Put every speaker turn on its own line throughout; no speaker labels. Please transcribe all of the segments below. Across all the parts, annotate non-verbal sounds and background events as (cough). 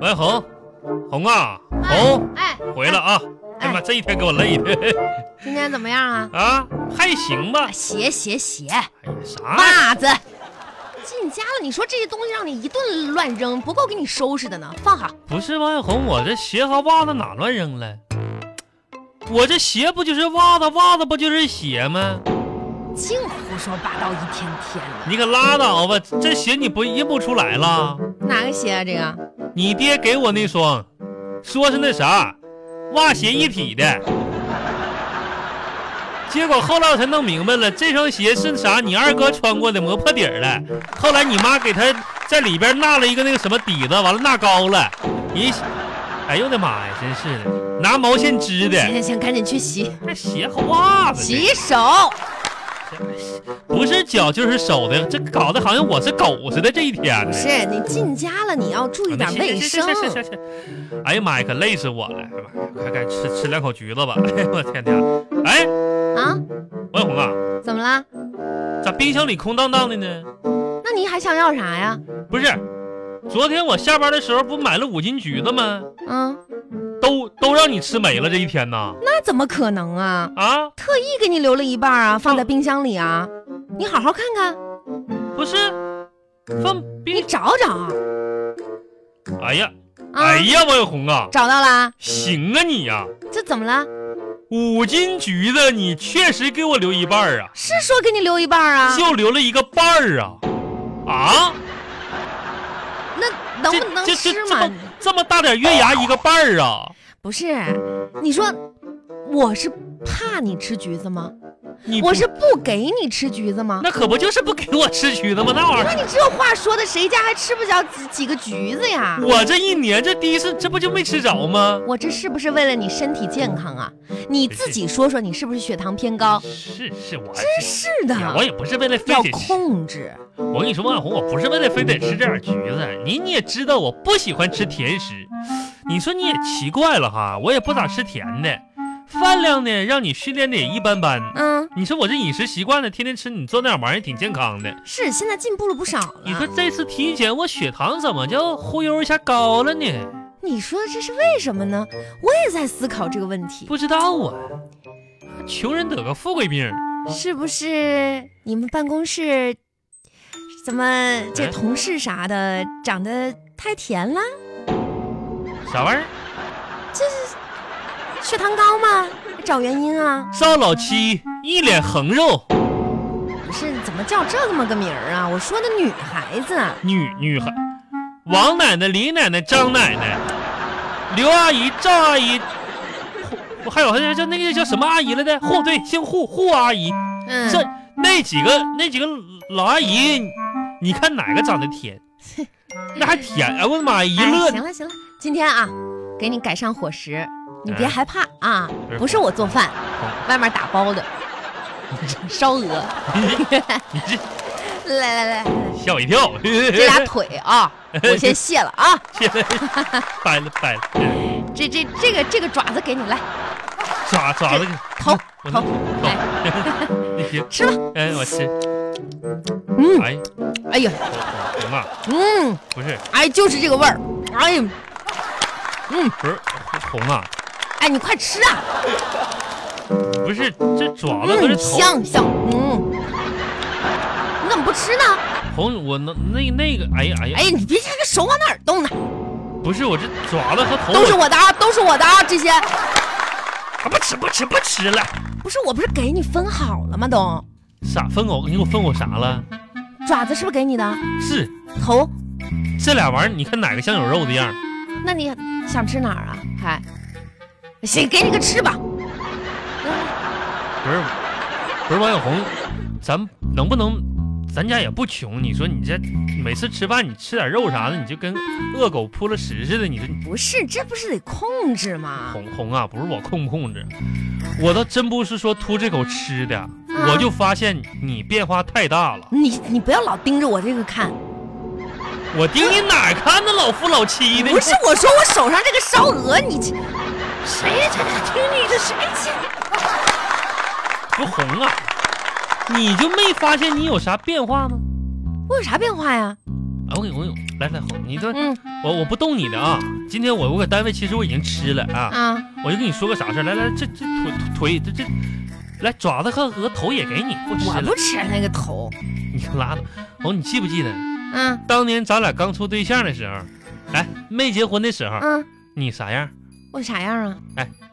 哎，红，红啊，红，
哎，
回来啊！哎呀妈，这一天给我累的
今天怎么样啊？
(laughs) 啊，还行吧。
鞋鞋鞋，
哎呀，啥？
袜子，进家了，你说这些东西让你一顿乱扔，不够给你收拾的呢，放好。
不是王小红，我这鞋和袜子哪乱扔了？我这鞋不就是袜子，袜子不就是鞋吗？
净胡说八道，一天天的。
你可拉倒吧，这鞋你不印不出来了？
哪个鞋啊？这个
你爹给我那双，说是那啥，袜鞋一体的。结果后来我才弄明白了，这双鞋是啥？你二哥穿过的，磨破底儿了。后来你妈给他在里边纳了一个那个什么底子，完了纳高了。人，哎呦我的妈呀，真是的，拿毛线织的
行，行行，赶紧去洗
那鞋和袜子，
洗手。
不是脚就是手的，这搞得好像我是狗似的。这一天
不
呢。
是你进家了，你要注意点卫生。
啊是是是是是是哎呀妈呀，可累死我了！哎呀妈呀快快吃吃两口橘子吧！ (laughs) 哎呀我天天，哎，
啊？
王小红啊，
怎么了？
咋冰箱里空荡荡的呢？
那你还想要啥呀？
不是，昨天我下班的时候不买了五斤橘子吗？
嗯，
都都让你吃没了这一天呐！
那怎么可能啊？
啊，
特意给你留了一半
哦
啊，放在冰箱里啊，你好好看看，
不是，放
你
冰，
找找啊。
哎呀，哎呀，王小红啊，
找到啦，
行啊你呀、
这怎么了？
五斤橘子你确实给我留一半儿啊，
是说给你留一半啊？
就留了一个半儿啊，啊！
那能不能
这这
吃
这
嘛
这？么这么大点月牙一个半儿啊？
不是，你说我是怕你吃橘子吗？
你不
我是不给你吃橘子吗？
那可不就是不给我吃橘子吗？那玩意
那
儿，
你这话说的，谁家还吃不着几几个橘子呀？
我这一年这第一次，这不就没吃着吗？
我这是不是为了你身体健康啊？你自己说说，你是不是血糖
(laughs)
偏高？
是是，我
真是的，
呀我也不是为了非
要
得吃。
控制。
我跟你说，万红，我不是为了非得吃这点橘子。你你也知道，我不喜欢吃甜食。你说你也奇怪了哈，我也不咋吃甜的，饭量呢让你训练的也一般般。
嗯，
你说我这饮食习惯呢，天天吃，你做那点玩意儿挺健康的。
是，现在进步了不少了。
你说这次体检我血糖怎么就忽悠一下高了呢？
你说这是为什么呢？我也在思考这个问题，
不知道啊，穷人得个富贵病儿，
是不是你们办公室怎么这
哎
同事啥的长得太甜了，
啥玩意儿？
血糖高吗？找原因啊？
赵老七一脸横肉，
不是，怎么叫这么个名儿啊？我说的女孩子，啊
女女孩，王奶奶、李奶奶、张奶奶、刘阿姨、赵阿姨，我还有还有叫那个叫什么阿姨来着？户对，姓户户阿姨。
嗯，
这那几个那几个老阿姨，你看哪个长得
(laughs)
甜？那还甜！哎我的妈呀，一
哎，
乐
行了行了，今天啊，给你改善伙食，你别
哎
害怕啊，不是我做饭，外面打
(laughs)
包的，烧鹅，
你这
来 (laughs) 来来，
吓我一跳。
这
(laughs)
俩腿啊，我先卸了啊。
现在掰了掰了，
这这这个这个爪子给你来，
爪爪子
头
我
头
能，
来
(laughs) 那行，
哎吃吧。
哎，我吃，
嗯，
哎，
哎呀，
红啊，
嗯，
不是
哎，就是这个味儿。哎呀，
不是红啊，
哎，你快吃啊！
不是这爪子和这
嗯，
头
香香，嗯。你怎么不吃呢？
红，我能那那个，哎呀哎呀
哎，呀，你别这个手往哪儿动呢？
不是我这爪子和头
都是我的啊，都是我的啊！这些
啊不吃不吃不吃了，
不是我不是给你分好了吗？都
啥分我？你给我分我啥了？
爪子是不是给你的？
是
头，
这俩玩意儿，你看哪个像有肉的样儿？
那你想吃哪儿啊？还行，给你个吃吧。嗯
不是不是王小红，咱能不能？咱家也不穷，你说你这每次吃饭你吃点肉啥的，你就跟饿狗扑了食似的，你说你
不是，这不是得控制吗？
红红啊，不是我控不控制，我倒真不是说图这口吃的，
嗯
我就发现你变化太大了。
你你不要老盯着我这个看，
我盯你哪儿看那老夫老妻的？
不是我说我手上这个烧鹅，你这谁这听你这谁去？
不红啊，你就没发现你有啥变化吗？
我有啥变化呀？
哎我给我给来来，哄你这
嗯
我我不动你的啊。今天我我搁单位其实我已经吃了啊，
啊，
我就跟你说个啥事儿来来，这这腿腿这这，来爪子和额头也给你，不吃
我
了
不，吃那个头，
你拉倒。红，你记不记得
嗯
当年咱俩刚处对象的时候，哎，没结婚的时候，
嗯，
你啥样？
我啥样啊？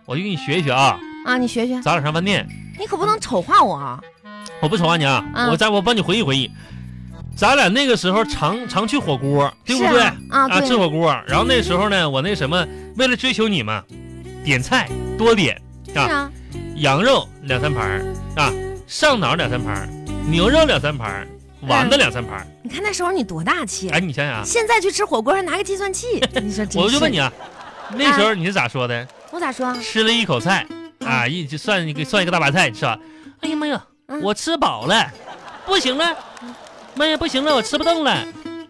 我就给你学一学啊。
啊，你学学，
咱俩上饭店，
你可不能丑化我啊！
我不丑啊你啊，
嗯
我再我帮你回忆回忆，咱俩那个时候常常去火锅，对不
是
对？
啊啊，
啊，
对
吃火锅。然后那时候呢，我那什么，为了追求你嘛，点菜多点，
是啊，
羊肉两三盘儿啊，上脑两三盘儿，牛肉两三盘儿，丸子两三盘儿。
你看那时候你多大气，
哎，你想想啊，
现在去吃火锅还拿个计算器，你说真是
我就问你，啊，那时候你是咋说的？
我咋说？
吃了一口菜
嗯
啊，一就算一个算一个大白菜，是吧？哎呀妈呀，
嗯
我吃饱了，不行了，妈呀，不行了，我吃不动了。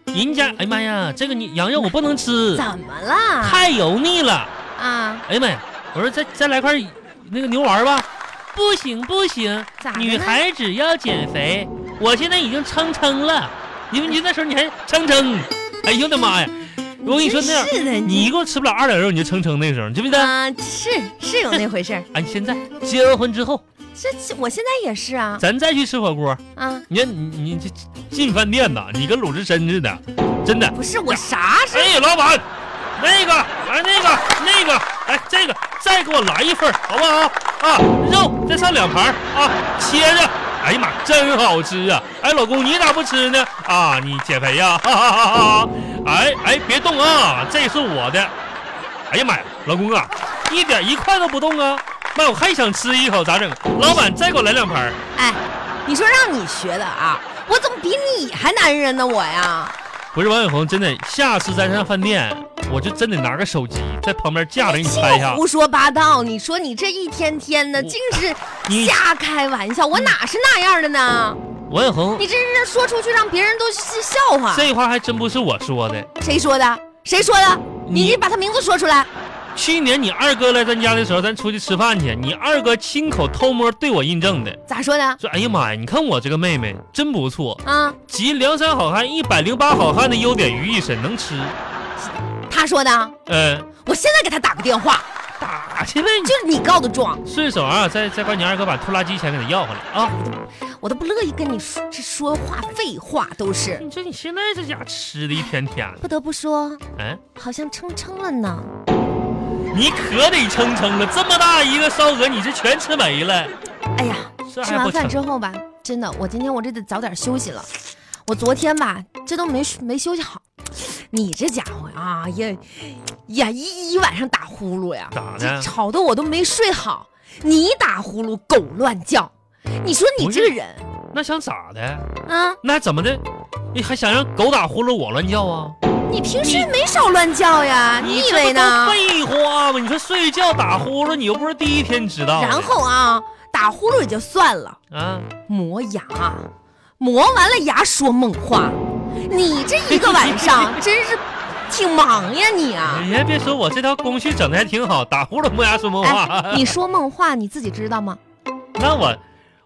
人家哎呀妈呀，这个你羊肉我不能吃，
怎么了？
太油腻了。
啊，
哎呀妈呀，我说再再来块那个牛丸吧，不行不行，
咋的呢
女孩子要减肥，我现在已经称称了，因为你那时候你还称称，哎呦我的妈呀！我跟你说那样，
是的，
你一共吃不了二两肉你就称称那时候，你记不记得？
啊，是是有那回事儿。
哎，现在结完婚之后，
这这我现在也是啊
咱再去吃火锅，
啊，
你看你你这进饭店呐，你跟鲁智深似的，真的。
不是我啥事儿
哎，老板，那个，来那个，那个，来这个，再给我来一份儿，好不好？啊，肉再上两盘儿啊，切着。哎呀妈，真好吃啊！哎，老公，你咋不吃呢？啊，你减肥呀、 (laughs) 哈哈哈哈！哎哎，别动啊，这是我的。哎呀妈呀，老公啊，一点一块都不动啊！妈，我还想吃一口，咋整？老板，再给我来两盘儿。
哎，你说让你学的啊，我怎么比你还男人呢？我呀，
不是王永红，真的，下次咱上饭店，我就真得拿个手机在旁边架着给你
净
拍一下。
哎胡说八道！你说你这一天天的，
我
净是
你
瞎开玩笑，我哪是那样的呢？
王永红，
你这是说出去让别人都是笑话，
这话还真不是我说的。
谁说的？谁说的？你
你
你把他名字说出来！
去年你二哥来咱家的时候，咱出去吃饭去，你二哥亲口偷摸对我印证的，
咋说的？
说：“哎呀妈呀，你看我这个妹妹真不错，
啊，
集梁山好汉一百零八好汉的优点于一身，能吃。
他说的。
呃，
我现在给他打个电话，
打去呗你。
就是你告的状，
顺手啊，再再把你二哥把拖拉机钱给他要回来啊！
我都不乐意跟你说这说话废话都是。
你说你现在这家吃的一天天的，
不得不说，
嗯、
好像撑撑了呢。
你可得撑撑了，这么大一个烧鹅，你这全吃没了，
哎呀，
这
吃
还
完
不
饭
撑？
之后吧，真的，我今天我这得早点休息了。我昨天吧，这都没睡没休息好。你这家伙啊，也也一一晚上打呼噜呀，
咋
这
的？
吵得我都没睡好。你打呼噜，狗乱叫，你说你这个人
那想咋的？
啊，
那怎么的？你还想让狗打呼噜我乱叫啊？
你平时没少乱叫呀，你以
这不
为呢
都？废话吗？你说睡觉打呼噜，你又不是第一天知道的。
然后啊，打呼噜也就算了，
啊，
磨牙，磨完了牙说梦话。你这一个晚上真是挺忙呀，你啊！
你还别说我这套工序整的还挺好，打呼噜磨牙说梦话。
哎，你说梦话你自己知道吗？
(laughs) 那我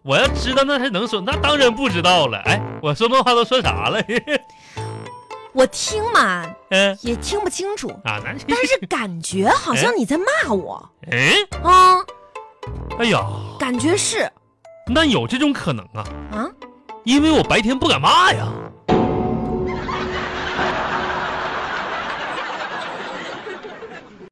我要知道那还能说，那当然不知道了。哎，我说梦话都说啥了？ (laughs)
我听嘛
嗯
也听不清楚，
啊，那 (laughs) 是
但是感觉好像你在骂我
哎，
啊、
哎呀，
感觉是
那有这种可能啊？
啊，
因为我白天不敢骂呀。